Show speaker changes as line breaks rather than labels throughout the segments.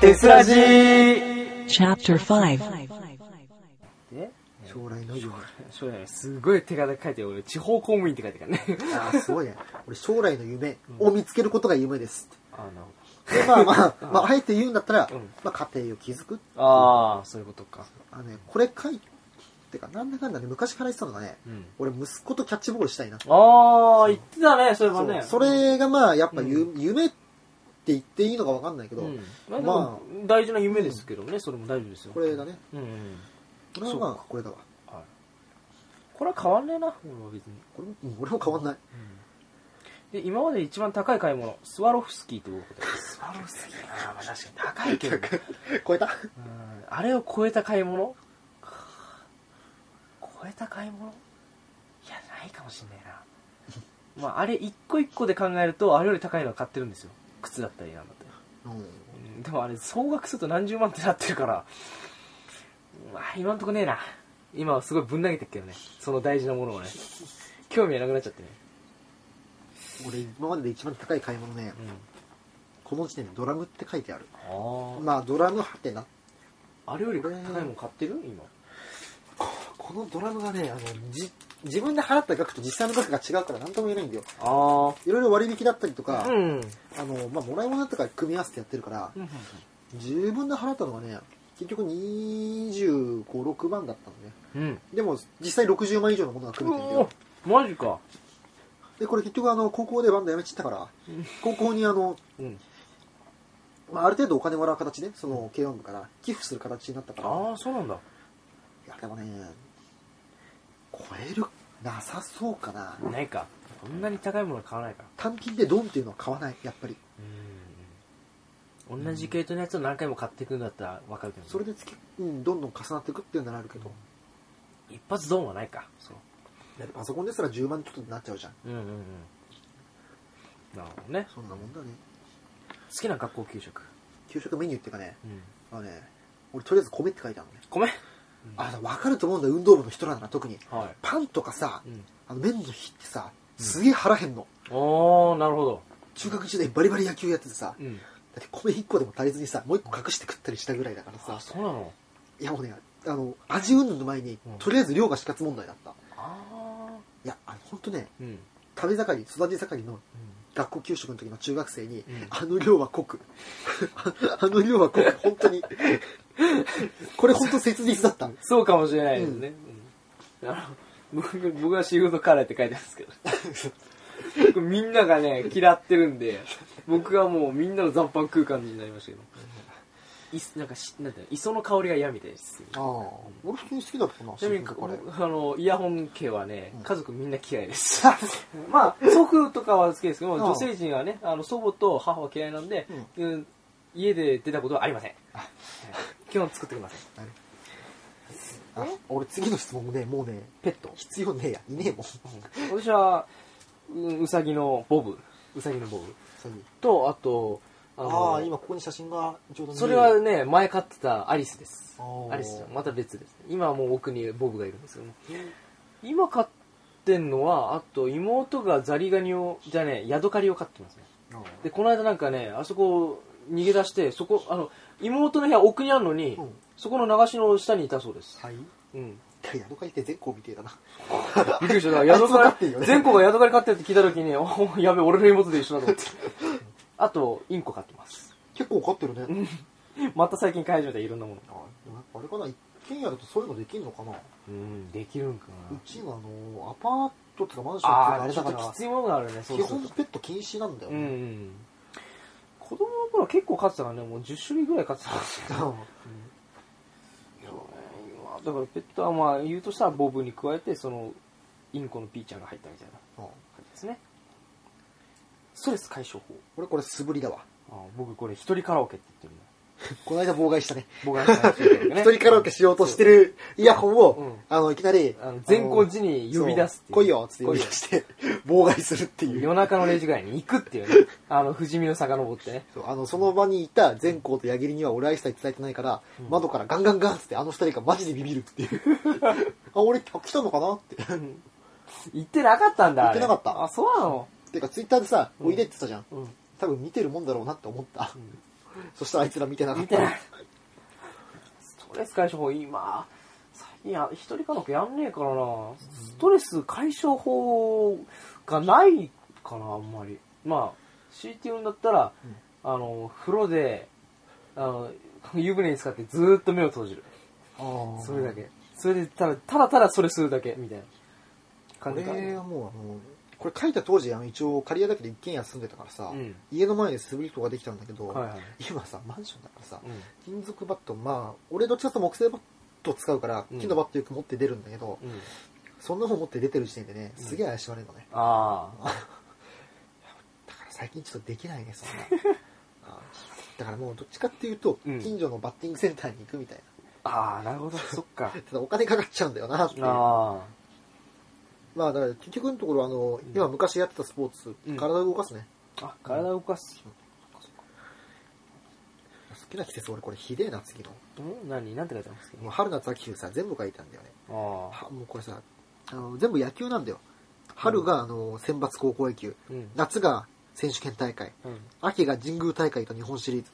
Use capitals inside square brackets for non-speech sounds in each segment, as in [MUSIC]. テスラジー
Chapter 5
で
将来の夢。
将来すごい手形書いてる俺地方公務員って書いてるからね
あーすごいね。俺、将来の夢を見つけることが夢ですって。
あの
で、まあまあ、まあ、あえて言うんだったら
うん、
まあ、家庭を築く。
ああそういうことか
あのね、これ書いてか、なんだかんだね、昔から言ってたのがね
うん、
俺、息子とキャッチボールしたいな。
ああ言ってたねそれは
そう
ね
それがまあ、やっぱゆ夢って言っていいのかわかんないけ
う
ど、
んまあで
ま
も大事な夢ですけどねそれも大丈夫です
あ、
よ
これだね。
うんうん
これは
そう
まあ、これだわ。
はいこれは変わんねえな俺は別に
これも、うん俺も変わん [LAUGHS] ない。
で今まで一番高い買い物スワロフスキーということですスワロフスキーあまあ確かに高いけどね
超えた
うんあれを超えた買い物か超えた買い物いやないかもしんない
[LAUGHS]
なまああれ一個一個で考えるとあれより高いのは買ってるんですよ靴だったりなんだったり
[LAUGHS] うん
うんでもあれ総額すると何十万ってなってるからうんまあ今んとこねえな今はすごいぶん投げてるけどねその大事なものをね興味がなくなっちゃってね、
俺、今までで一番高い買い物ね、この時点でドラムって書いてある。
うん、あ
まあ、ドラムはてな。
ああれより高いもん買ってる今
このドラムがね、あの、じ、自分で払った額と実際の額が違うから何とも言えないんだよ。
あ
いろいろ割引だったりとか、
あうん
あの、まあ、もらい物だったから組み合わせてやってるから、自分で払ったのがね、結局25、6万だったのね。
うん
でも、実際60万以上のものが組めてるんだ
う
よ。
おマジか
で、これ結局あの、高校でバンド辞めちゃったから、高校にあの、
うん
まあ、ある程度お金もらう形で、その、軽音部から寄付する形になったから、
ああそうなんだ
いや、でもね、超える、なさそうかな。
ないかこんなに高いものは買わないか
単品でドンっていうのは買わない、やっぱり。
同じ系統のやつを何回も買っていくんだったら分かるけど
それでつけ、うん、どんどん重なっていくっていうならあるけど、
一発ドンはないかそう
だってパソコンですら10万ちょっとになっちゃうじゃん。
うんうんうんなるほどね
そんなもんだね。
好きな学校給食、
給食メニューっていうかね、
うん、
あのね、俺とりあえず米って書いてあるのね。
米
あ、わかると思うんだよ、運動部の人らなら特に。
は
パンとかさ
い、、うん、
あの麺の日ってさ、すげえ腹減んの。
おーなるほど、
中学時代バリバリ野球やっててさ、だ
うん、
って米1個でも足りずにさ、もう1個隠して食ったりしたぐらいだから
あ
さ、
そうなの
いやもうね、あの、味うんぬんの前に
う、ん
とりあえず量が死活問題だった。い
ああ
や、あの、ほんとね、
うん、うん、
食べ盛り、育ち盛りの学校給食の時の中学生に、
ん
あの量は濃く [LAUGHS] あの量は濃く本 [LAUGHS] 当にこれ本当切実だった
そうかもしれないですね、うんあの僕が僕はシーフードカレーって書いてますけど僕みんながね嫌ってるんで僕はもうみんなの残飯食う感じになりましたけどいなんかしなんていうの磯の香りが嫌みたいです
ああ俺普通に好きだったな
ちなみに
シーフードカレー
あのイヤホン系はね家族みんな嫌いです [LAUGHS] まあ祖父とかは好きですけど
ん
女性陣はねあの祖母と母は嫌いなんで、うん家で出たことはありません基本作ってくれません
あ俺次の質問ねもうね
ペット
必要ねえやいねえもん
私はううさぎのボブうさぎのボブ
そういう
とあとあの
ああ今ここに写真がちょうど見える
それはね前飼ってたアリスです
あー
アリスじゃんまた別です今はもう奥にボブがいるんですけども今飼ってんのはあと妹がザリガニをじゃねヤドカリを飼ってますね
あ
でこの間なんかねあそこ逃げ出してそこあの妹の部屋奥にあるのに、
うん
そこの流しの下にいたそうです
あ、はい
うん
ヤドカリって全校みてえだな
びっくりした。だから
あい
ヤ
つも
ドカ
飼って
リ
るよ、ね
全子がヤドカリ飼ってるって聞いたときに、 [LAUGHS] おやべ、俺の妹で一緒だと思
[LAUGHS]
って。あと、インコ飼ってます。
結構飼ってるね、あ
また最近飼い始めたいろんなもの。
でもやっぱあれかな一軒家だとそういうのできるのかな、
うん、できるんか
うちはあのアパートっていうかマンショ
あ
ンっていう
あ
かあ
ー、
れ
ちょ
だ
っ
か
と
ら
きついものがあるね、そう
基
する
本
と。
ペット禁止なんだよ
うん
ね、
うん。子供の頃結構飼ってたからね、もう10種類ぐらい飼ってたんですけど。今だからペットはまあ言うとしたらボブに加えて、その、インコのピーちゃんが入ったみたいな感じですね。ストレス解消法。
俺これ素振りだわ。
あー僕これ一人カラオケって言ってるね。
この間妨害したね。
僕が話してるけどね
[LAUGHS] 一人カラオケしようとしてるイヤホン
うん
を、あの、いきなり
あの、全校時に呼び出すっていう
そう来いよっつって呼び出して、妨害するっていう。
夜中の0時ぐらいに行くって
[LAUGHS]
いうね。あの、富士見の遡ってね。
そうあの、その場にいた全校と矢切には俺は一切伝えてないから、窓からガンガンガンっつってあの二人がマジでビビるっ
[LAUGHS]
ていう。あ、俺あ来たのかなって。
行ってなかったんだ。あれ
行ってなかった
あ、そうなの
てかツイッターでさ、おいでって言ってたじゃん
うん。
多分見てるもんだろうなって思った。そしたらあいつら見てなかっ
見
た
てない。ストレス解消法、今、最近や、一人家族やんねえからな。ストレス解消法がないかな、あんまり。まあ、強いて言うんだったら、あの、風呂で、あの、湯船に使ってずーっと目を閉じる。それだけ。それで、ただ、ただただそれするだけ、みたいな
こ
感じかな。
れはもうあのこれ書いた当時あの一応刈谷だけで一軒家住んでたからさ、
うん
家の前でスブリットができたんだけど、
はいはい
今さマンションだからさ、
うん
金属バットまあ俺どっちかというと木製バット使うから
うん
木のバットよく持って出るんだけど、
うん。
そんな本持って出てる時点でねすげえ怪しまれるのね、
ああ。
だから最近ちょっとできないねそん
[LAUGHS]
なあだからもうどっちかっていうと
うん
近所のバッティングセンターに行くみたいな、
ああ、なるほど、そっ [LAUGHS] か。
ただお金かかっちゃうんだよなっていう
ああ。
まあだから結局のところあの
ん
今昔やってたスポーツ、
うん
体を動かすね
あ、体を動かす。
好きな季節俺これひでえな次の
うん何なんて書いてますけど
もう春夏秋冬さ全部書いたんだよね
ああ。
はもうこれさあの全部野球なんだよ春があの選抜高校野球
うん。うん。
夏が選手権大会
うん。
秋が神宮大会と日本シリーズ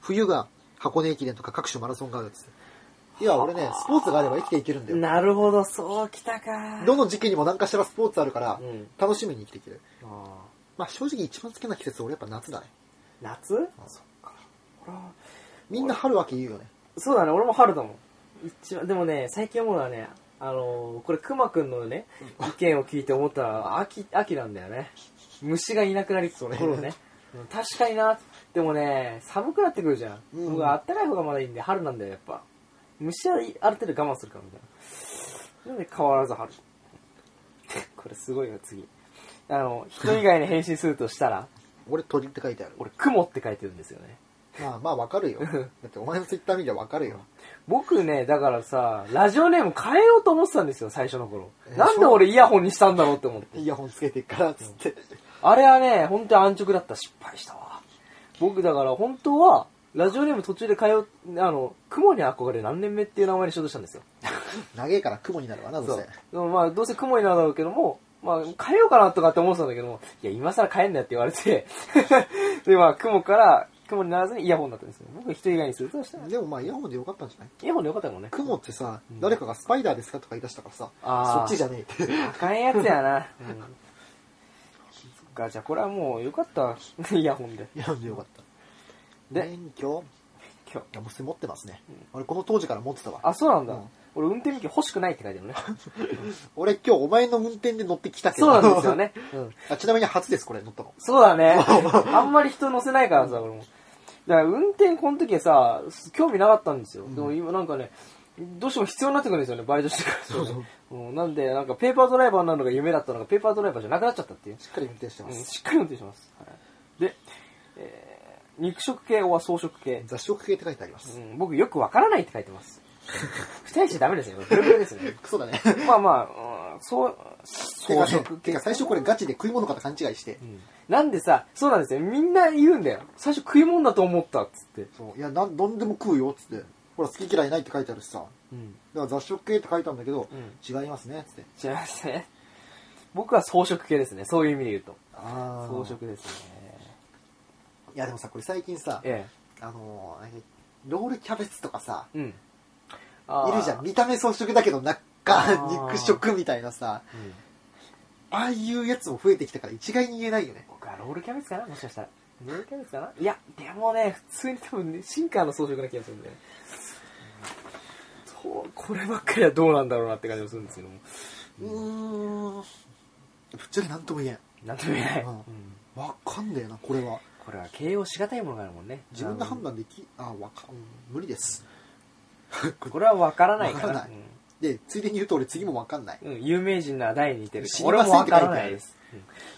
冬が箱根駅伝とか各種マラソンがあるっつっていや俺ねスポーツがあれば生きていけるんだよ
なるほど、そうきたか。
どの時期にも何かしらスポーツあるから
うん
楽しみに生きていける
ああ
まあ正直一番好きな季節俺やっぱ夏だね
夏そっか。俺は
みんな春秋言うよね
そうだね、俺も春だもん。一番、でもね、最近思うのはね、あのー、これ、熊くんのね、意見を聞いて思ったのは、秋、秋なんだよね。虫がいなくなりつつ頃ね。うん確かにな。でもね、寒くなってくるじゃん。
うん
僕は暖かい方がまだいいんで、春なんだよ、やっぱ。虫はいある程度我慢するから、みたいな。なんで変わらず春。 [LAUGHS] これすごいよ、次。あの、人以外に変身するとしたら、
俺鳥って書いてある
俺、雲って書いてるんですよね。
まあまあわかるよだってお前のツイッター見りゃわかるよ
僕ね、だからさ、ラジオネーム変えようと思ってたんですよ、最初の頃
え。
なんで俺イヤホンにしたんだろうって思って。
イヤホンつけてっからっつって
あれはね、本当に安直だった。失敗したわ。僕だから本当は、ラジオネーム途中で変えよう、あの、雲に憧れ何年目っていう名前にしようとしたんですよ。
長えから雲になるわなど
そう
せ
う。でもまあ、どうせ雲になるだろうけども、まあ、変えようかなとかって思ってたんだけども、いや、今更変えんなよって言われて、 [LAUGHS] で、まあ、雲から、雲にならずにイヤホンになったんですよ。僕人以外にするとしたら、
でもまあイヤホンでよかったんじゃない
イヤホンでよかったもんね。
雲ってさ、
うん
誰かがスパイダーですかとか言い出したからさ、
あー
そっちじゃねえって。
あかんやつやな。うん。そっか、じゃあこれはもうよかったわ。 [LAUGHS] イヤホンで。
いや、よかった。
で
免許
今日。
いや、もうそれ持ってますね。俺この当時から持ってたわ。
あ、そうなんだ。
うん
俺運転免許欲しくないって書いてあるね。
俺今日お前の運転で乗ってきたけど。
[LAUGHS] そうなんですよね。うん。
あ。ちなみに初です、これ乗ったの。
そうだね。 [LAUGHS] あんまり人乗せないからさ、俺も。だから運転この時はさ、興味なかったんですよ。でも今なんかね、どうしても必要になってくるんですよね、バイトしてから。
そうそう
うん。なんで、なんかペーパードライバーになるのが夢だったのが、ペーパードライバーじゃなくなっちゃったっていう。
しっかり運転してま
うん
す。
しっかり運転します。はい、で、えー肉食系は草食系。
雑食系って書いてあります。
うん、僕よくわからないって書いてます。 [LAUGHS] 二人しちゃダメですね。これブルブルですね。
クソだね。
まあまあ、うんそう、
てか
草
ね
食、
て
系
か。最初これガチで食い物かと勘違いして
う。んなんでさ、そうなんですよ。みんな言うんだよ。最初食い物だと思ったっつって。
そう。いや、なん、どんでも食うよ、つって。ほら、好き嫌いないって書いてあるしさ。
うん。
だから雑食系って書いたんだけど、
う
違いますね、つって。
違いますね。僕は草食系ですね。そういう意味で言うと。
あ
草食ですね。
いや、でもさ、これ最近さ、
え
あのー、何ロールキャベツとかさ、
え。うん。
いるじゃん。見た目草食だけど中
あー
[LAUGHS] 肉食みたいな
ん。
さ、
うん
ああいうやつも増えてきたから一概に言えないよね。
僕はロールキャベツかなもしかしたら。ロールキャベツかないや、でもね、普通に多分ね、進化の装飾な気がするんだよね。そう、こればっかりはどうなんだろうなって感じもするんですけども。
うーん。ぶっちゃけなんとも言え
なんとも言えない。
うん
うん
ん。わかんねえな、これは。
これは形容しがたいものがあるもんね。
自分で判断でき、あー、わか、うん無理です。 [LAUGHS]
うん。これはわからないから。
わからないで、ついでに言うと俺次もわかんない。
うん、うん有名人な題に似てる
知。り
俺
ま
も
せん
わ
って書い
から
てある
ないです。うん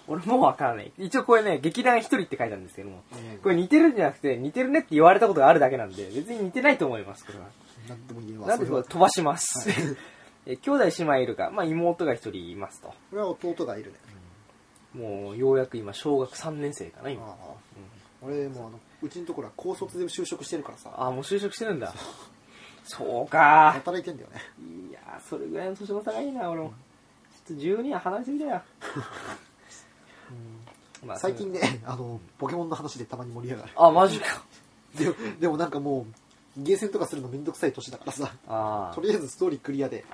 俺もわからない。一応これね、劇団一人って書いてあるんですけども。これ似てるんじゃなくて、似てるねって言われたことがあるだけなんで、別に似てないと思います、これは。
なんとも言えわ。
なんで
それは
飛ばします。 [LAUGHS] え兄弟姉妹いるか、まあ妹が一人いますと。
これは弟がいるね。
もうようやく今小学3年生かな、今。
ああ俺もうあの、うちのところは高卒で就職してるからさ、
ああ、もう就職してるんだ。そうか。
働いてんだよね。
いやーそれぐらいの年の差がいいな、俺も。ちょっと12は離れすぎだよ。まあ
最近。ね、あの、ポケモンの話でたまに盛り上がる。
それあ、マジか。
でもでもなんかもうゲーセンとかするのめんどくさい年だからさ
あ
とりあえずストーリークリアで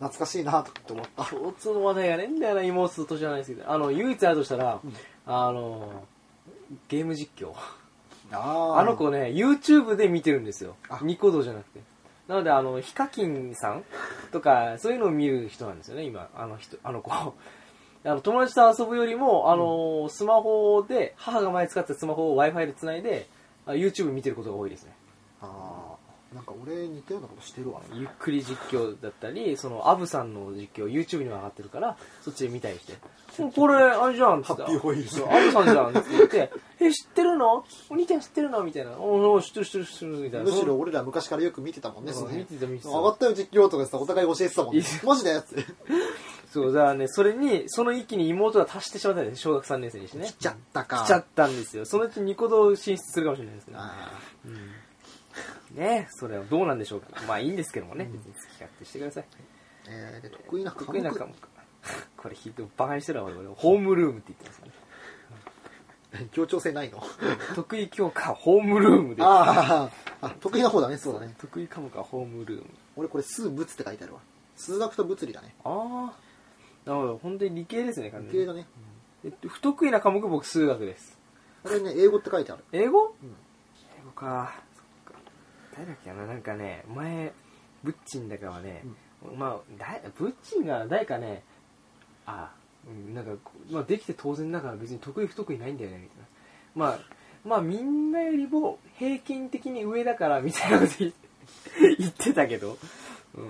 懐かしいなとかって思った
あ共通の話題がねえんだよな妹とじゃないですけどあの唯一あるとしたら、あのゲーム実況
あ
あの子ね YouTube で見てるんですよ
あ
ニコ動じゃなくてなのであのヒカキンさんとかそういうのを見る人なんですよね今あの人あの子あの友達と遊ぶよりもあの、スマホで母が前使ってたスマホを w i f i でつないであ YouTube 見てることが多いですね
あーなんか俺似たようなことしてるわ
ゆっくり実況だったり、その、アブさんの実況、YouTube にも上がってるから、そっちで見たりして、もうこれ、あれじゃんっつって、
ハッピーホイール
そうアブさんじゃんって言って、 [LAUGHS] え、知ってるのお兄ちゃん知ってるのみたいな、おお知ってる知ってる知ってるみたいな。
むしろ俺ら昔からよく見てたもんね
そう
その辺
見てた見てた
上がったよ実況とかさお互い教えてたもん
い
ね
い
マジでやつって
そう、そうだからね、それに、その域に妹が達してしまったんです小学3年生にしてね。
来ちゃったか
来ちゃったんですよ。そのうちニコ動進出するかもしれないですけど。
あ
ねそれはどうなんでしょうか。まあいいんですけどもね、別に好き勝手してください。
ーえーで得意な科目
得意な科目。これひどい、バカにしてるわ、俺。ホームルームって言ってますからね。
協調性ないの
得意教科ホームルームです
[LAUGHS] あーあ得意な方だねそうだね
得意科目はホームルーム
俺これ数物って書いてあるわ数学と物理だね
ああなるほど本当に理系ですね完全
理系
に
だね
えっと不得意な科目僕数学です
これね英語って書いてある
英語、
ん
英語かそっか誰だっけななんかね前ブッチンだかはね、まあだいブッチンが誰かねああうんなんか、まあ、できて当然だから別に得意不得意ないんだよねみたいなまあまあみんなよりも平均的に上だからみたいなこと言って言ってたけど、うん、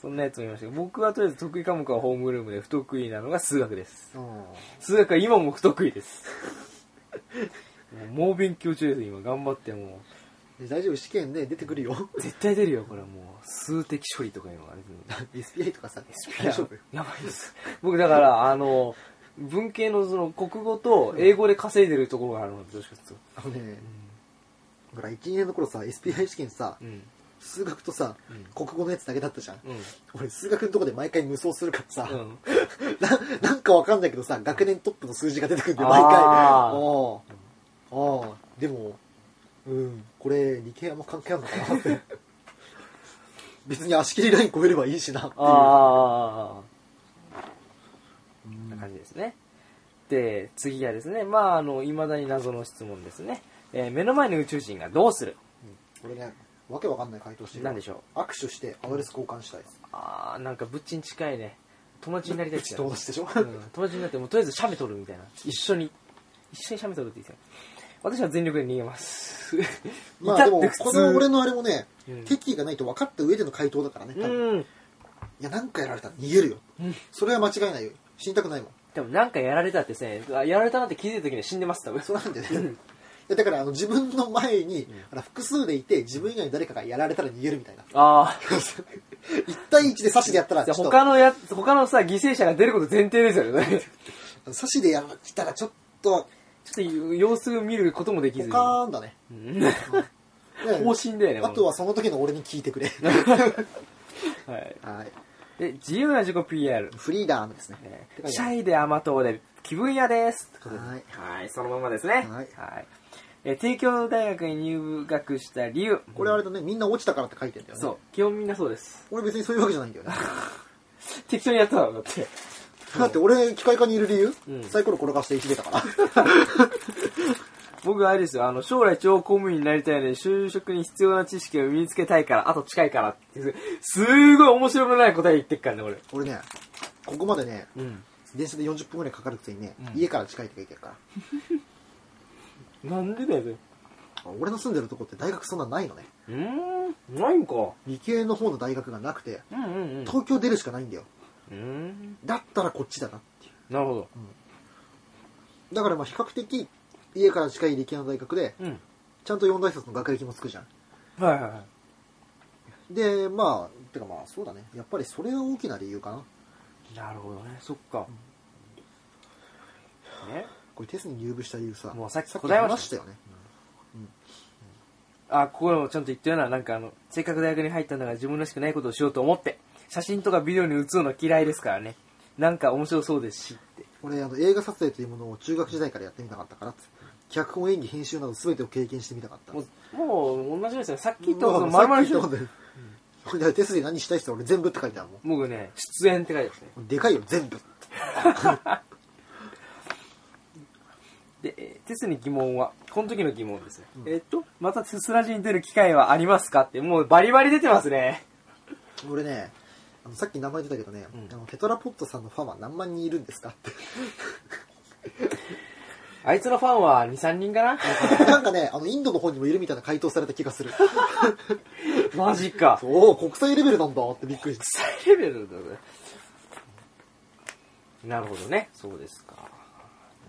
そんなやつもいましたけど僕はとりあえず得意科目はホームルームで不得意なのが数学です
うん
数学は今も不得意です。 [LAUGHS] もう猛勉強中です、今。頑張っても
で大丈夫試験ね出てくるよ [LAUGHS]
う。絶対出るよ、これはもう。数的処理とかいうのがね。
SPI とかさ大丈夫
やばいです。僕、だから、あの、文系のその国語と英語で稼いでるところがあるので、どうしかと。
あのねほら1、2年の頃さ SPI 試験さ
うん。
数学とさ
うん
国語のやつだけだったじゃん
うん。
俺数学のとこで毎回無双するからさ
うん。
な [LAUGHS] なんかわかんないけどさ学年トップの数字が出てくるんで毎
あ
回
ー
おーあーでもうんこれ理系あんま関係あるのかなって [LAUGHS] 別に足切りライン超えればいいしなっていう
ああ。
うん
な感じですね。で、次がですね、まあ、あの、未だに謎の質問ですね。えー目の前の宇宙人がどうする
これねわけわかんない回答してる
なんでしょう
握手してアドレス交換したいです
あーなんかぶっちん近いね友達になりたいっす
ち
ね
友達で
[LAUGHS]
しょ、
うん友達になってもうとりあえずシャメ取るみたいな一緒に一緒にシャメ取るって言ってたよ私は全力で逃げます
[LAUGHS] まあでも
至って普
こ
通
の俺のあれもね、
うん
敵意がないと分かった上での回答だからね多分
うん
いやなんかやられたら逃げるよ、
うん
それは間違いないよ死にたくないもん
でもなんかやられたってですねあやられたなって気づいた時には死んでます多分
[LAUGHS] そうなんだよね、いやだからあの自分の前に、あの複数でいて自分以外に誰かがやられたら逃げるみたいな
あ
一対一で刺しでやったら
あじ
ち
ゃ
ょ
あ
っと
他のやつ他のさ犠牲者が出ること前提ですよね
刺しでやったらちょっと
ちょっと様子見ることもでき
ポ
ずに
カーンだね
うん
ね
方針だよね
あとはその時の俺に聞いてくれ
はい
[LAUGHS] はい
で自由な自己 PR
フリーダームですね
ね
てか
シャイで甘党で気分屋です。
はい
はい、そのままですね。
はい
えー帝京大学に入学した理由。
これあれだねみんな落ちたからって書いてんだよね
そう、基本みんなそうです。
俺別にそういうわけじゃないんだよね [LAUGHS]
適当にやったのだって。
だって俺機械科にいる理由、
うん
サイコロ転がして生きてた [LAUGHS] から
[LAUGHS] 僕はあれですよ、あの、将来地方公務員になりたいので、就職に必要な知識を身につけたいから、あと近いからっていう、すごい面白くない答え言ってっからね、俺。
俺ねここまでね
うん。
電車で40分ぐらいかかるくせにね、
うん
家から近いって書いてるから
なんでだよ、それ。
あ俺の住んでるとこって大学そんなないのね
うーん、ないんか。
理系の方の大学がなくて
うんうんうん。
東京出るしかないんだよ
うん。
だったらこっちだなってい
なるほど。
うだからまあ比較的家から近い理系の大学で
うん。
ちゃんと四大卒の学歴もつくじゃん
はいはいはい。
でまあてかまあそうだねやっぱりそれが大きな理由かな
なるほどね、そっか。ね、
これテスに入部した理由さ
もうさっき
さっき
答えま
話
し
したたよね
あ、ここでもちゃんと言ったような、なんかあの、せっかく大学に入ったんだから自分らしくないことをしようと思って、写真とかビデオに写るの嫌いですからね。なんか面白そうですしって。
俺あの映画撮影というものを中学時代からやってみたかったからっつって脚本演技編集など全てを経験してみたかった
もう、もう同じですね。さっき言ったことの
もう
丸々一
さっき言っ
緒
たことでほん [LAUGHS] で手すり何したいっすよ俺全部って書いてあるも
僕ね、出演って書いてますね。
んでかいよ全部
で、えーテスに疑問は、この時の疑問ですね。えーっと、またテスラジに出る機会はありますかって、もうバリバリ出てますね。
俺ねあのさっき名前出たけどね、
うん
あのテトラポットさんのファンは何万人いるんです
[LAUGHS]
かって
あいつのファンは2、3人かな
なんかね、あの、インドの方にもいるみたいな回答された気が
[LAUGHS]
する。
マジか。
そう、国際レベルなんだってびっくりし
最レベルだね。なるほどね。そうですか。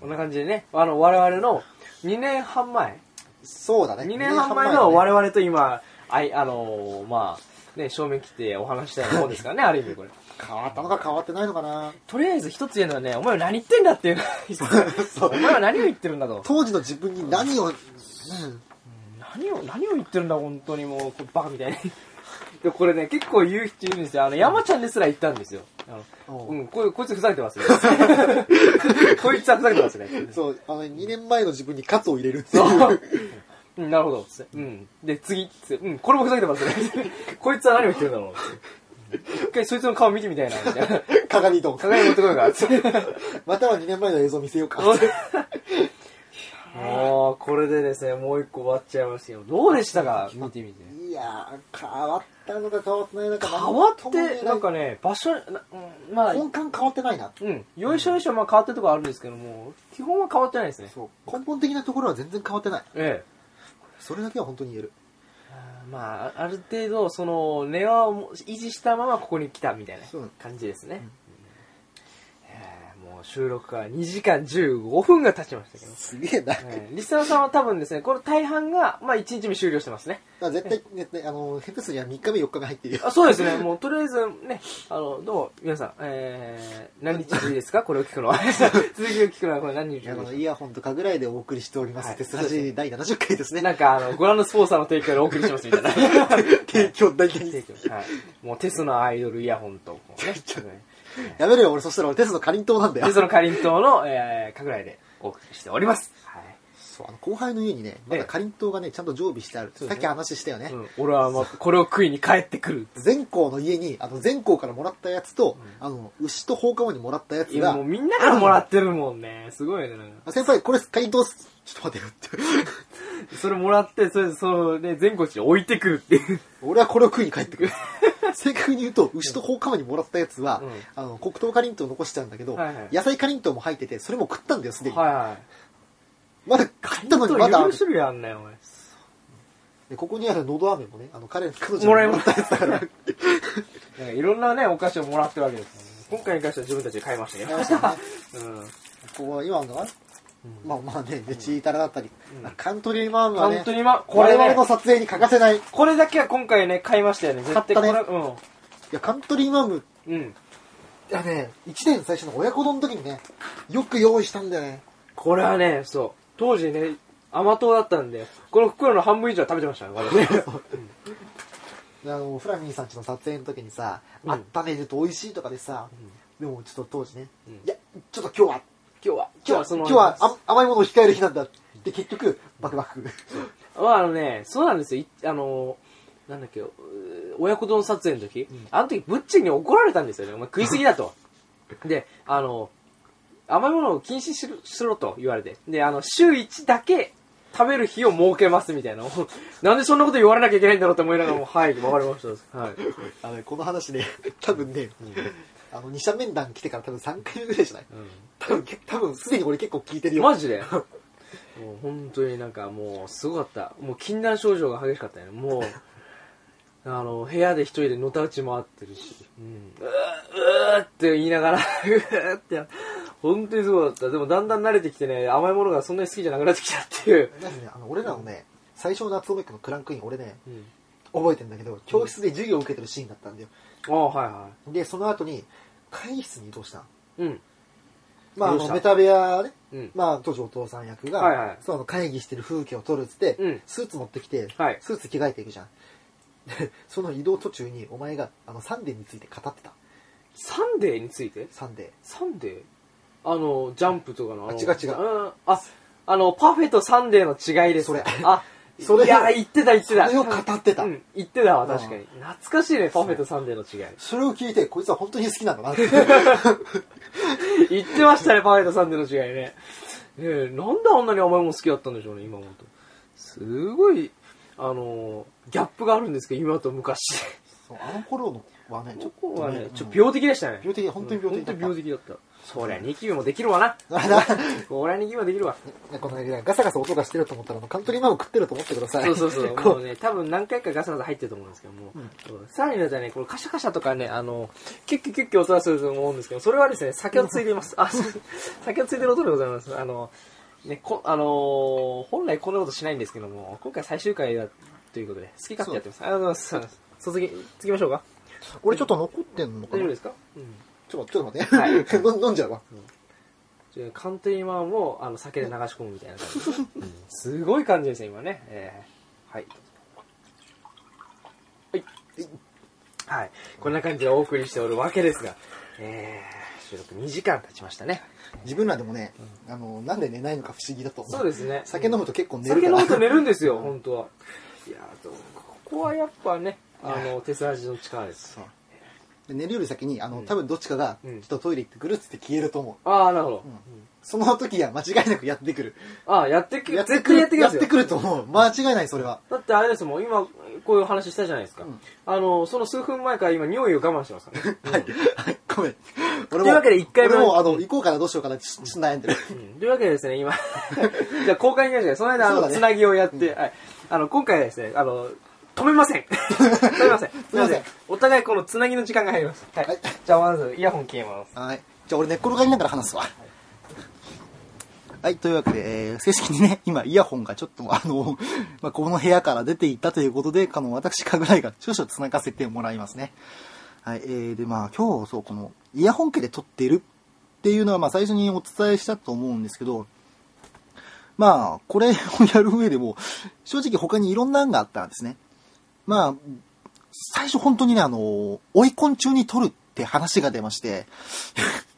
こんな感じでね、あの、我々の2年半前、
た。そうだね。
2年半前の
わ
我々と今、あい、あのーまあ、ね、正面切ってお話したようなもんです [LAUGHS] からね、ある意味これ。
変わったのか変わってないのかな
とりあえず一つ言えるのはね、お前は何言ってんだっていう。
そう
お前は何を言ってるんだと。
当時の自分に何を、うん
何を、何を言ってるんだ、本当にもう、こうバカみたいに。 [LAUGHS] で、これね、結構言う人いるんですよ。あの、山ちゃんですら言ったんですよ。あの
おう
うん、こいこいつふざけてますね。 [LAUGHS] こいつはふざけてますね。
そう、あの、2年前の自分にカツを入れるっていう。
そう。うん、なるほど。つってうん。で、次、つってうん、これもふざけてますね。 [LAUGHS] こいつは何を言ってるんだろうって。一回そいつの顔見てみたいな、みたいな。
[LAUGHS] 鏡と。
鏡持ってこいから、つって。
または2年前の映像見せようか。
もう、これでですね、もう一個終わっちゃいましたよ。どうでしたか見てみて。
いやー、変わったのか変わってないのか。
変わ
とも言え
って、なんかね、場所、なうんまあ、
根幹変わってないな。
うん、よいしょよいしょ、まあ変わってるとこあるんですけども、基本は変わってないですね。
そう、根本的なところは全然変わってない。
ええ。
それだけは本当に言える。
あーまあ、ある程度、その、根はも維持したままここに来たみたいな
そう
感じですね。うんえーもう収録から2時間15分が経ちましたけど。
すげえな。
えーリスナーさんは多分ですね、これ大半が、まあ1日目終了してますね。
だから絶対、絶対、あの、ヘッドスには3日目、4日目入ってるよ。
あそうですね、もうとりあえずね、あの、どうも、皆さん、えー、何日ぶりですかこれを聞くのは。 [LAUGHS] 続きを聞くのはこれ何日ぶり
あ
ですか
の、イヤホンとかぐらいでお送りしておりま
は
す。
い
テスラジ第70回です
な
ね。
んか、あの、ご覧のスポンサーの提供でお送りしますみたいな。
提供大体
提供はい。もうテスのアイドルイヤホンと、こうね。
やめろよ、俺そしたら俺テスのかりんとうなんだ
[LAUGHS] テ
よ
ス。のかりんとうの、えー、かぐらいでお送りしております。はい。
そう、あの、後輩の家にね、まだかりんとうがね、ちゃんと常備してある。
そう
さ
ですね
っき話したよね
う。ん、俺はもう、これを食いに帰ってくる。
全校の家に、あの、全校からもらったやつと、あの、牛と放課後にもらったやつ
いや、
が
もう、みんなからもらってるもんね。すごいね。なんか
あ先輩、これかりんとうっす。ちょっと待てよって。
それもらって、それ、そのね、全国地に置いてくるっていう。
俺はこれを食いに帰ってくる。 [LAUGHS] 正確に言うと、牛と放課後にもらったやつは、
うん
あの、黒糖かりんとう残してあるんだけど、
はいはい
野菜かりんとうも入ってて、それも食ったんだよ、すでに。
はいはい。
まだ買ったの
ち
に
ょっと
ま
い
だあ
ろい
る
ろ種類あんね、お前。
でここにあるのど飴もね、あの、彼、彼女に
もらえま
も
した
らったやつだから。
なんかいろんなね、お菓子をもらってるわけですからね。今回に関しては自分たちで買いましたけ
買いましたね
ど。うん。
ここは今のが、
うん
[LAUGHS] まあまあね、でチータラだったり、
うん
カントリーマームは
本
ね
当、に今、こ
我
れ
々
ね
の、撮影に欠かせない。い
これだけは今回ね、買いましたよね。絶対こ
買
れ、
った
う
や、カントリーマーム、
ん。うん。
いやね、1年最初の親子丼の時にね、よく用意したんだよね。
これはね、そう。当時ね、甘党だったんで、この袋の半分以上は食べてましたね、我々ね。
であの、フラミンさんちの撮影の時にさ、
うん
温めると美味しいとかでさ、
ん
でもちょっと当時ね、
うん
いや、ちょっと今日は、
今日は、今日
今日
は
は
その、
今日はあ甘いものを控える日なんだって結局、バクバク。
まあ、あのね、そうなんですよ。いあのー、なんだっけ、うー親子丼撮影の時、あの時、ブッチンに怒られたんですよね。お前食いすぎだと。で、あの、甘いものを禁止しろしろと言われて。で、あの、週1だけ食べる日を設けますみたいな。 [LAUGHS] なんでそんなこと言われなきゃいけないんだろうと思いながらも、はい、わかりました。はい。
あのねこの話ね、多分ね、あの、二者面談来てから多分3回目ぐらいじゃない多分、け多分すでに俺結構聞いてるよ。
マジ
[LAUGHS]
でもう本当になんかもうすごかった。もう禁断症状が激しかったよね。もう、
[LAUGHS]
あの、部屋で一人でのたうち回ってるし、うん、うーうーって言いながら、うーって、本当にすごかった。でもだんだん慣れてきてね、甘いものがそんなに好きじゃなくなってきたっていう。
だってね、あの、俺らのね、最初の夏オメックのクランクイン、俺ね、
うん、
覚えてんだけど、教室で授業を受けてるシーンだったんだよ。
ああ、はいは
で、その後に、会議室に移動したの。
い。うん。
まあ、あ
移動し
の、
た
メタ部屋ね、
うん。
まあ、当時お父さん役が、
はいはい
その会議してる風景を撮るっつって、
うん
スーツ持ってきて、
はい
スーツ着替えていくじゃん。で [LAUGHS] その移動途中に、お前が、あの、サンデーについて語ってた。
サンデーについて
サンデ
サンデーあの、ジャンプとかのの
あ違う違う
うんあ、あの、パフェとサンデーの違いです。
それ
あ、
それ
いや、言ってた言ってた。
それを語ってた
うん、言ってたわ、確かに。懐かしいね、パフェとサンデーの違い。
それを聞いて、こいつは本当に好きなんだなって。
[LAUGHS] 言ってましたね、パフェとサンデーの違いね。ねえ、なんであんなに甘いもの好きだったんでしょうね、今思うと。すごい、あの、ギャップがあるんですけど、今と昔で。
そうあの頃のはね、ちょ
そ
っ
ことは
ね、
ね、ちょ
うん
病的でしたね。
病的本当に病的
だ
だ
った
っ
た。本当に病的だった。そりゃ、ニキビもできるわな。そりゃ、ニキビもできるわ。
[LAUGHS] このねガサガサ音がしてると思ったら、あのカントリーマンを食ってると思ってください。
そうそうそう。 [LAUGHS]
こ
もうね、多分何回かガサガサ入ってると思うんですけども、うんさらに言うとね、このカシャカシャとかね、あの、キュッキュッキュッキュ音がすると思うんですけど、それはですね、酒をついでいます。あ、そう酒をついでる音でございます。あの、ね、こ、あのー本来こんなことしないんですけども、今回最終回だということで、好き勝手やってます。ありがとうございます。続き、続きましょうか。
俺ちょっと残ってんのか
大
な
丈夫ですかうん。
ちょっと待って、ちょっと [LAUGHS] 待って。飲ん飲んじゃうわ。
じゃあカントリーマンをあの酒で流し込むみたいな感
[LAUGHS]
じ、すごい感じですね今ね、えーはいはいはいこんな感じでお送りしておるわけですが、えー、収録2時間経ちましたね
自分らでもね、あの、なんで寝ないのか不思議だと思う。
そうですね
酒飲むと結構寝る
酒
か
飲
ら。
むと寝るんです
[LAUGHS]
よ本当はいやーどうここはやっぱねあの手筋の力です
そうで寝るより先に、あの、
うん
多分どっちかが、ち
う
ょ
ん
っとトイレ行ってくるっつって消えると思う。
ああなるほど、
その時は間違いなくやってくる。
ああやってく
やって
絶
く
対や
る
ってき
や
ま
っ
すよ
てくると思う。間違いない、それは。
だってあれですもん、今、こういう話したじゃないですか。
うん
あの、その数分前から今、匂いを我慢してますからね。
はい。はい、ごめん。俺
というわけで一回目
俺も、あの、行こうからどうしようかなって、ちょっと悩んでる。
うんというわけでですね、今、 [LAUGHS] じゃあ公開に行きましょう。その間、あ
そう
の、
だね
つなぎをやって、はい。あの、今回はですね、あの、止めま [LAUGHS] せん。止めません。すいません。お互いこのつなぎの時間が入ります。はい。
はい
じゃあ、まず、イヤホン消えます。
はい。じゃあ俺寝っ転がりながら話すわ。はい、というわけで、えー正式にね、今、イヤホンがちょっと、あの、 [LAUGHS] まあ、この部屋から出ていったということで、あの、私、かぐらいが少々繋がせてもらいますね。はい、えー、で、まあ、今日、そう、この、イヤホン家で撮ってるっていうのは、まあ、最初にお伝えしたと思うんですけど、まあ、これをやる上でも、正直他にいろんな案があったんですね。まあ、最初本当にね、あの、追い込ん中に撮るって話が出まして、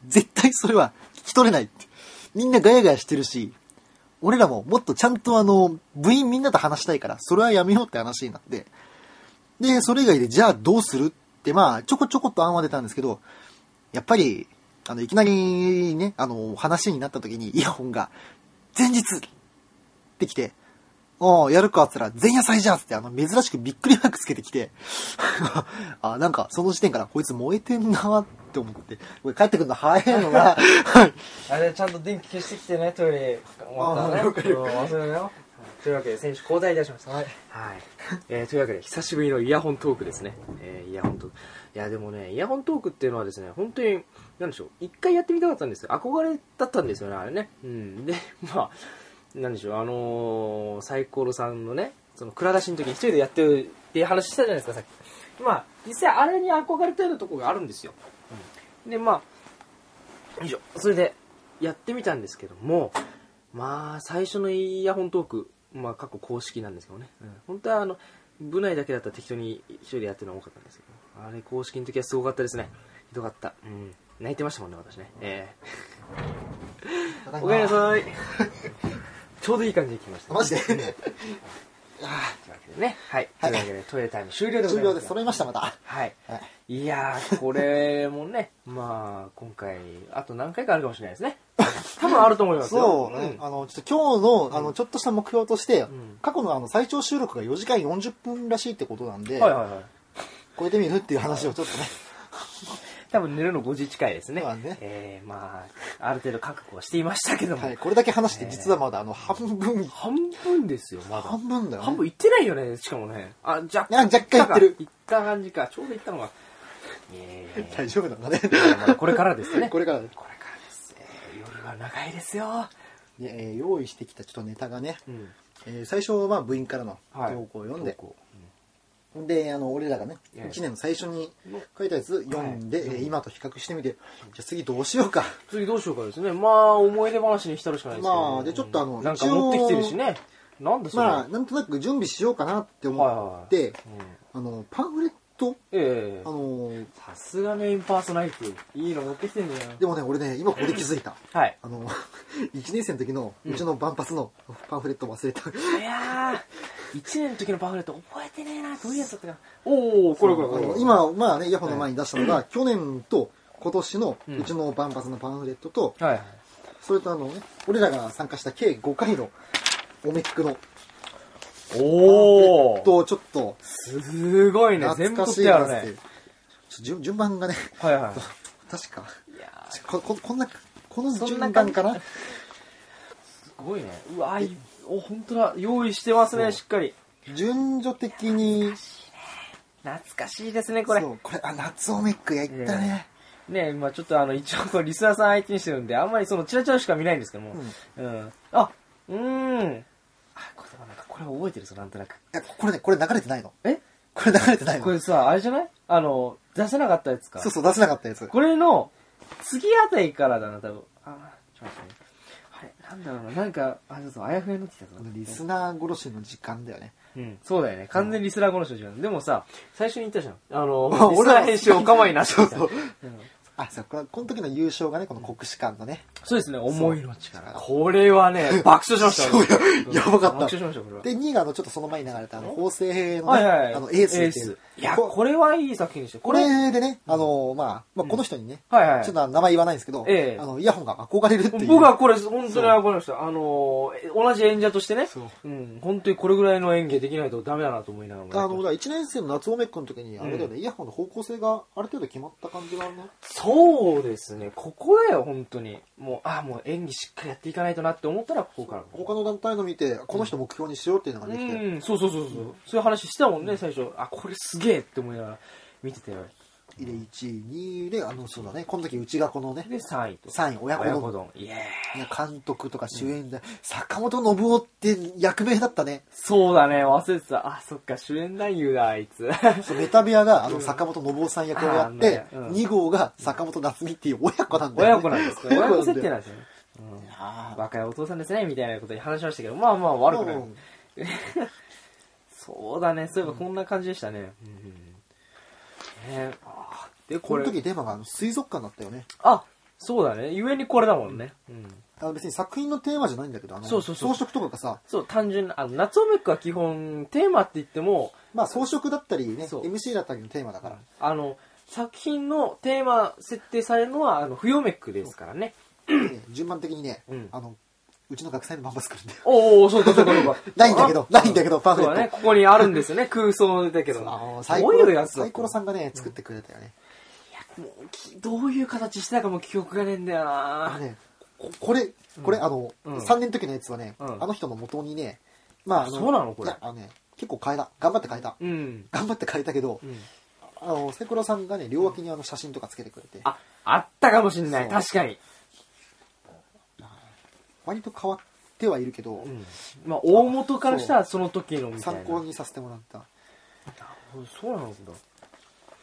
絶対それは聞き取れないって。みんなガヤガヤしてるし、俺らももっとちゃんとあの、部員みんなと話したいから、それはやめようって話になって。で、それ以外で、じゃあどうするって、まあ、ちょこちょこっと案は出たんですけど、やっぱり、あの、いきなりね、あの、話になった時にイヤホンが、前日ってきて、ああ、やるかっつったら、前夜祭じゃんっつって、あの、珍しくびっくりマークつけてきて、 [LAUGHS] あなんか、その時点から、こいつ燃えてんなーって思って、これ帰ってくるの早いの
[LAUGHS]
が、はい。
あれ、ちゃんと電気消してきてね、トイレ、終
わったらね
うん忘れるよ。というわけで、選手交代いたします。
はい。
はい。えーというわけで、久しぶりのイヤホントークですね。えーイヤホントーク。いや、でもね、イヤホントークっていうのはですね、本当に、なんでしょう、一回やってみたかったんですよ。憧れだったんですよね、あれね。うん。で、 [LAUGHS] まあ、なんでしょう、あのーサイコロさんのね、その、蔵出しの時に一人でやってるっていう話したじゃないですか、さっき。まあ、実際あれに憧れてるとこがあるんですよ。うん。で、まあ、よいしょ。それで、やってみたんですけども、まあ、最初のイヤホントーク、まあ、過去公式なんですけどね。うん本当は、あの、部内だけだったら適当に一人でやってるのが多かったんですけど、あれ公式の時はすごかったですね。ひどかった。うん。泣いてましたもんね、私ね。ええおかえりなさい。 [LAUGHS] ちょうどいい感じで来ました、
マジで
うんああ、というわけでね。はい。
はい
というわけで、トイレタイム [LAUGHS] 終了でござ
終
います。
了です。揃いました、また。
はい。
はい
いやー、これもね、まあ、今回、あと何回かあるかもしれないですね。多分あると思いますよ。
そう、
ん
あの、ちょっと今日の、あの、ちょっとした目標として、
ん
過去のあの、最長収録が4時間40分らしいってことなんで、
はいはいはい。
超えてみるっていう話をちょっとね、
多分寝るの5時近いですね。
まあね
えー、まあ、ある程度覚悟はしていましたけども。
はい、これだけ話して、実はまだあの、半分、
半分ですよ、まだ。
半分だよ、ね。
半分いってないよね、しかもね。あ、若
あ若干いってる
いった感じか。ちょうどい
[LAUGHS]
ったのが。えー、
大丈夫なんだね。
まだこれからですね。
[LAUGHS] これからね
これからです。えー夜は長いですよ。
で、えー用意してきたちょっとネタがね、
うん。
えー最初は部員からの
はい
投稿を読んで、
投稿
で、あの、俺らがね、
ええ
1年の最初に書いたやつ読んで、えー今と比較してみて、じゃあ次どうしようか。
次どうしようかですね。まあ、思い出話に浸るしかないですけど、
まあでちょっとあの
なんか持ってきてるしね。なんでそれ。
まあ、なんとなく準備しようかなって思って、
はいはい
あの、パンフレッと、
ええ
あのー
さすがメインパーソナリティ。いいの持ってきてんじゃん。
でもね、俺ね、今ここで気づいた。
はい。
あの、1年生の時の、うちの万発のパンフレット忘れた。
いやー、1年の時のパンフレット覚えてねえな。どういうやつだったかな。おー、これこれこ
あの
れ。、
今、まあね、イヤホンの前に出したのが、去年と今年の
うん
うちの万発のパンフレットと、
はい。
それとあのね、俺らが参加した計5回のオメックの
おー、
と、ちょっと、
すごいね。全
懐
部
か
取っ
してい
や
な
る
ってい
ね
う。。ちょ順順番がね、 [LAUGHS]
はいは
確か、
い。いやー、す
こここんな、この
そん
順
な
番
感じ
かな
ごいね。うわい、お、ほんとだ。用意してます
そ
ね、
う
しっかり。
順序的に、
懐かしいですね、これ
そ。うこれ、あ、夏オメックやったね。
ねまあちょっとあの、一応こう、リスナーさん相手にしてるんで、あんまりその、チラチラしか見ないんですけども。うん。あ、うーん。あ、これなんか、これ覚えてるぞ、なんとなく。
いやこれね、これ流れてないの。
え
これ流れてないの
こ。れさ、あれじゃないあの、出せなかったやつか。
そうそう、出せなかったやつ。
これの、次あたりからだな、多分。あ、ちょっと待ってね。あれ、なんだろうな、なんか、あ、ちょっとあやふやになってきたぞ
あ。のリスナー殺しの時間だよね。
うん、そうだよね。完全にリスナーこの人じゃん。でもさ、最初に言ったじゃん。あの、[LAUGHS]
あ
リス
俺
ナ
ら
ー編集お構い [LAUGHS] なしみたいな。
そう
うん
あ、そう、これこの時の優勝がね、この国士官のね。
そうですね、思いの力。
そう
これは [LAUGHS] ね、爆笑しました。
そうや
うん
やばかった
爆笑しました、これは。
で、2位があの、ちょっとその前に流れた、あの、法政兵の
はい
ね、
はい。
あの、エースっていう。
いや、
こ
これはいい作品でしょ。こ
こ
れ、
れでね、あの、まあ、まあ、この人にね、
はいはい
ちょっと名前言わないんですけど、
ええ
あの、イヤホンが憧れるっていう。
僕はこれ、本当にわかりました。あのー、え同じ演者としてね
そう、
うん、本当にこれぐらいの演技できないとダメだなと思いながら。
あの、だから1年生の夏オメックの時に、あれだよね、イヤホンの方向性がある程度決まった感じがあるね。
そうですね、ここだよ、本当に。もう、あ、もう演技しっかりやっていかないとなって思ったら、ここから。
他の団体の見て、この人目標にしようっていうのができて、
うん、そうそうそうそう、そういう話してたもんね、最初。あ、これすげえって思いながら見てたよ。
で、1位、2位で、あの、そうだね、この時うちがこのね、
で、3位と。
3位、親子
親
丼
子丼。イエーイ。
いや監督とか主演で、坂本信夫って役名だったね。
そうだね、忘れてた。あ、そっか、主演男優だ、あい
[LAUGHS]
つ。
そうメタ部屋があ
う
の
ん
坂本信夫さん役を
あー
やって、
あのねうん
2号が坂本夏美っていう親子なんだよ、ね。
親子なんです
[LAUGHS]
か親子設定なんですよね。うん
あー
若いお父さんですね、みたいなことに話しましたけど、まあまあ悪くない。
うん
そうだね、そういえばこんな感じでしたね。うんねあーで、こ
こ
れ
の。時デマがあの水族館だったよね。
あ、そうだね。ゆえにこれだもんね。うん
あの別に作品のテーマじゃないんだけど、あの
そうそうそう
装飾とかがさ、
そう、単純な、あの、夏オメックは基本、テーマって言っても、
まあ装飾だったりね、
そう
MC だったりのテーマだから。
あの、作品のテーマ設定されるのは、あの、冬オメックですからね。
ね順番的にね、
うん
あの、うちの学祭のバンバス来るんだよ。。
おおそうかそうかそう [LAUGHS] か
ないんだけど、ないんだけど、パンフ
そう
レ
だね
ッ、ト。
ここにあるんですよね、空想だけど。
そうあの
ど
サイコ
う
ロ
いうやつだ
サイコロさんがね、作ってくれたよね。
もうきどういう形してたかも記憶がねえんだよ
あ
な
のね、ここれ、これ、
うん
あの、
うん
3年の時のやつはね、
うん
あの人の元にね、まあ、あ
そうなのこれ
いやあのね、結構変えた。頑張って変えた。
うん。
頑張って変えたけど
う、ん。
あの、セクロさんがね、両脇にあの写真とかつけてくれて、
あ、あったかもしんない。
そう
確かに。
割と変わってはいるけど、
うん。まあ、大元からしたらその時のみたい
参
な。
考にさせてもらった。
そうそうなんだ。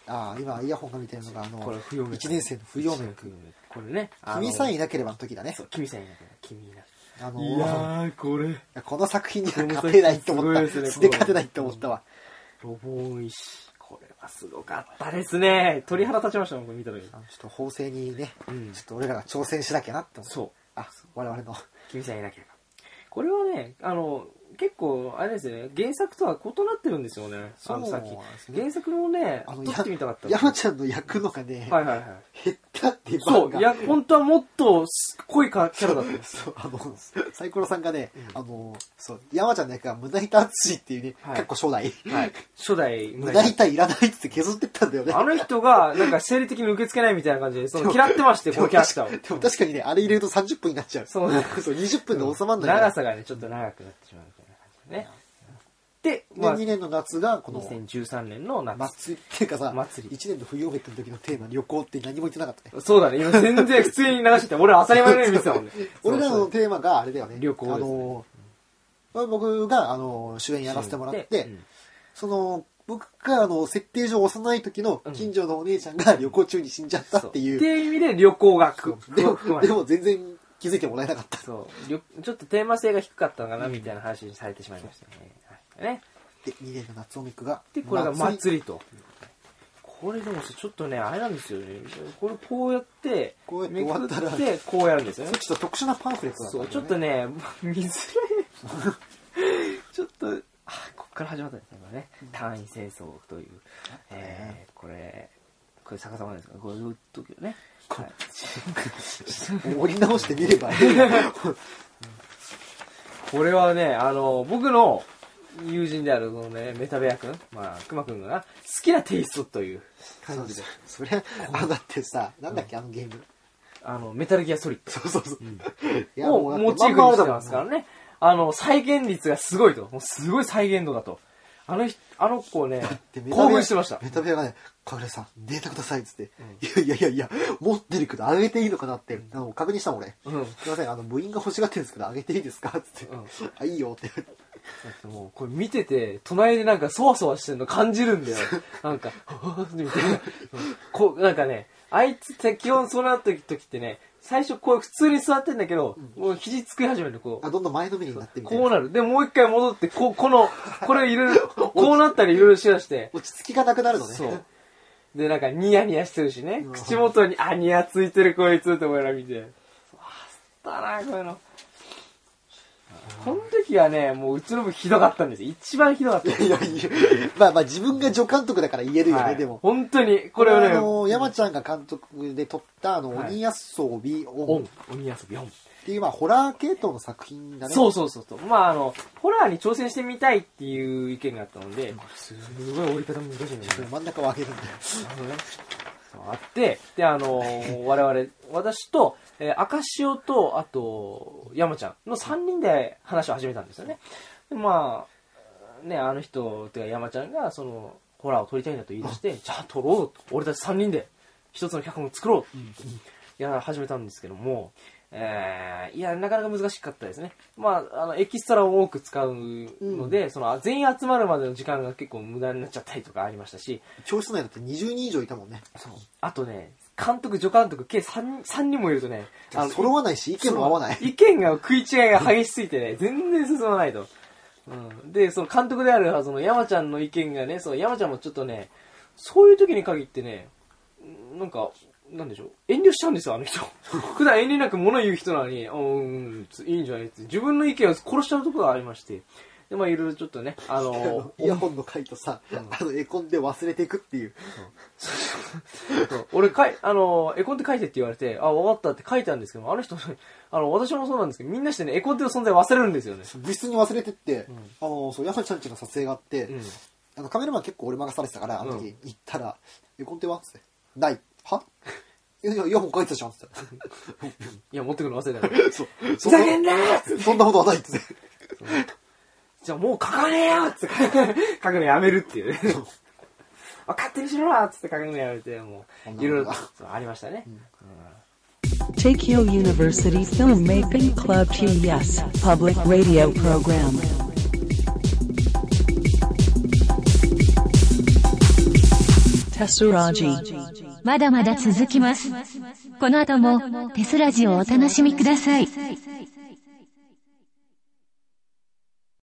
ああ、今、イヤホンが見てるのが、あの、
これ、不要
1年生の不要面君。
これね。あの
君さえいなければの時だね
そ。う、君さんいなくなる。君いなく
あの
なる。いやー、これ。
この作品には勝てないって思った。
この作品す
素
ごいですね
で勝てないって思ったわ。
ロボン石。これはすごかったですね。鳥肌立ちましたもん、これ見た時。
あのちょっと法制にね、
うん
ちょっと俺らが挑戦しなきゃなって思った。
そう。
あ、我々の。
君さんいなければ。これはね、あの、結構、あれですね、原作とは異なってるんですよね。あの
そうな
さ
ん
っ
で
き。
すね
原作もね、
あの
撮ってみたかった。
山ちゃんの役のがね、
はいはいはい。
減ったっていう
そ
番
う、
が
いや、本当はもっとす濃いかキャラだったん [LAUGHS] です。
そう、あの、サイコロさんがね、あの、そう、山ちゃんの役は胸板淳っていうね、
はい
かっこ初代。
はい。初代
胸板いらないっつって削ってったんだよね。
あの人が、なんか生理的に受け付けないみたいな感じで、その嫌ってまして、
で
この
も
キャラクタ
確か
ー
でも確かにね、あれ入れると30分になっちゃう。
そうね
そう、20分
を。
で収まんないから。
長さがね、ちょっと長くなってしまうみたいな感じでね。で、
で、
まあ
2、年の夏が、この、
2013年の夏。
祭り [LAUGHS] っていうかさ、
祭り
1年の冬めくの時のテーマ、旅行って何も言ってなかったね。。
そうだね、今全然普通に流してて、俺は当たり前のように見てたもんね
[LAUGHS] 俺ら
そうそ
の
う
テーマがあれだよね。
旅行ですね
あの、まあ僕が、あの、主演やらせてもらって、
うん
その、僕があの、設定上幼い時の近所のお姉ちゃんが旅行中に死んじゃったっていう。
そうっていう意味で旅行がく
で
含ま
も、
れ
で
て
も全然気づいてもらえなかった。
そう旅ちょっとテーマ性が低かったのかなみたいな話にされてしまいましたよね。はいね
で、2年の夏オミックが、
で、これが祭りと。これでもさちょっとねあれなんですよねこれこうやって
こうやって終わったら
めくってこうやるんですよ
そ
ね
れちょっと特殊なパンフレットだった
そ
ん
う
だ
ちょっと
ね
ね見づらい [LAUGHS] ちょっとあこっから始まったんですねこれね単位戦争という、えー、これこれ逆さまなんですかこれどうときね、はい、
折り直してみればいいな
[LAUGHS] これはね、あの、僕の友人である、このね、メタベア君、まあ、クマ君がな、好きなテイストという感じで、
[LAUGHS] そりゃあだってさなんだっけあのゲーム
あの、メタルギアソリッド。
そうそうそういや
を
も
モ
う
チ
だ
ー
って
フ
ま
にし
んまだ
て
もん
ますからね。あの、再現率がすごいと。もうすごい再現度だと。あの人、あの子ね
で、メ
興
タベア
奮してました。
メタベアがね、カメラさん、データくださいっつって、いやいやいやいや、持ってるけど、あげていいのかなって、あの確認したもん俺。
うん。
すいません、あの、部員が欲しがってるんですけど、あげていいですかっつって、
うん
あ、いいよって。
だってもう、これ見てて、隣でなんかそわそわしてるの感じる
[LAUGHS]
んだよ。なんか、みたいな。こう、なんかね、あいつって基本そうなった時ってね、最初こう普通に座ってんだけど、もう肘つく始めるの、こ
あ、どんどん前のめりになって
う。
みたい
こう
な。
なる。で、もう一回戻って、こう、この、これいろいろ、こうなったりいろいろしだして。
落ち着きがなくなるのね。
そう。 [LAUGHS] で、なんかニヤニヤしてるしね
う。わ
口元に、あ、ニヤついてるこいつって思いながら見て。あ、吸ったな、こういうの。この時はね、もううちの部ひどかったんですよ。一番ひどかった。
いやいや、まあまあ自分が助監督だから言えるよね、
はい
でも。
本当に、これをね、
あの、山ちゃんが監督で撮った、あの、
はい
鬼安装美
オ
音っ
ン、鬼遊びオン。
ていう、まあ、ホラー系統の作品だね。
そうそうそうそう。まああの、ホラーに挑戦してみたいっていう意見があったので、すごい折り方難しいんだけど
真ん中を上げるんだよ。
あのねあって、で、あ [LAUGHS] のー我々、私と、えー赤潮と、あと、山ちゃんの3人で話を始めたんですよね。でまあ、ね、あの人、てか山ちゃんが、その、ホラーを撮りたいんだと言い出して、じゃあ撮ろうと、俺たち3人で、一つの脚本を作ろうって、や、始めたんですけども、えーいや、なかなか難しかったですね。まあ、あの、エキストラを多く使うので、その、全員集まるまでの時間が結構無駄になっちゃったりとかありましたし、
教室内だって20人以上いたもんね。
そう。あとね、監督、助監督、計 3, 三人もいるとね、あの
揃わないし、意見も合わない。
意見が食い違いが激しすぎてね、全然進まないと。うん、で、その監督であるその山ちゃんの意見がね、その山ちゃんもちょっとね、そういう時に限ってね、んなんか、なんでしょう、遠慮しちゃうんですよ、あの人。普段遠慮なく物言う人なのに、あうんうん、いいんじゃないって、自分の意見を殺しちゃうところがありまして、で、まあいろいろちょっとね、あ
あの
の、
イヤホンの回とさ、あの、絵コンで忘れていくっていう。
そう [LAUGHS] 俺かい、あの、絵コンテ書いてって言われて、あ、わかったって書いたんですけど、あの人、 [LAUGHS] あの、私もそうなんですけど、みんなしてね、絵コンテの存在忘れるんですよね。
部室に忘れてって、あの、そう、山ちゃんちの撮影があって、
うん
あの、カメラマン結構俺任されてたから、あの時行ったら、絵コンテはつって。ない。はいや [LAUGHS] いや、イヤホン書いてたじゃんつって。
いや、持ってくるの忘れたから。
[LAUGHS] そう。
[LAUGHS] ふざけんなーっつって
そんなことはないっつって。
じゃあもう書かねえよっつって [LAUGHS] 書くのやめるっていうね。 [LAUGHS] あ勝手にしろよっつって書くのやめて、も
こん
う、
なもんだ
いろいろそうありましたね。
Tokyo University Filmmaking Club TES Public Radio Program. Tesseraji.
まだまだ続きます。この後もテスラジをお楽しみください。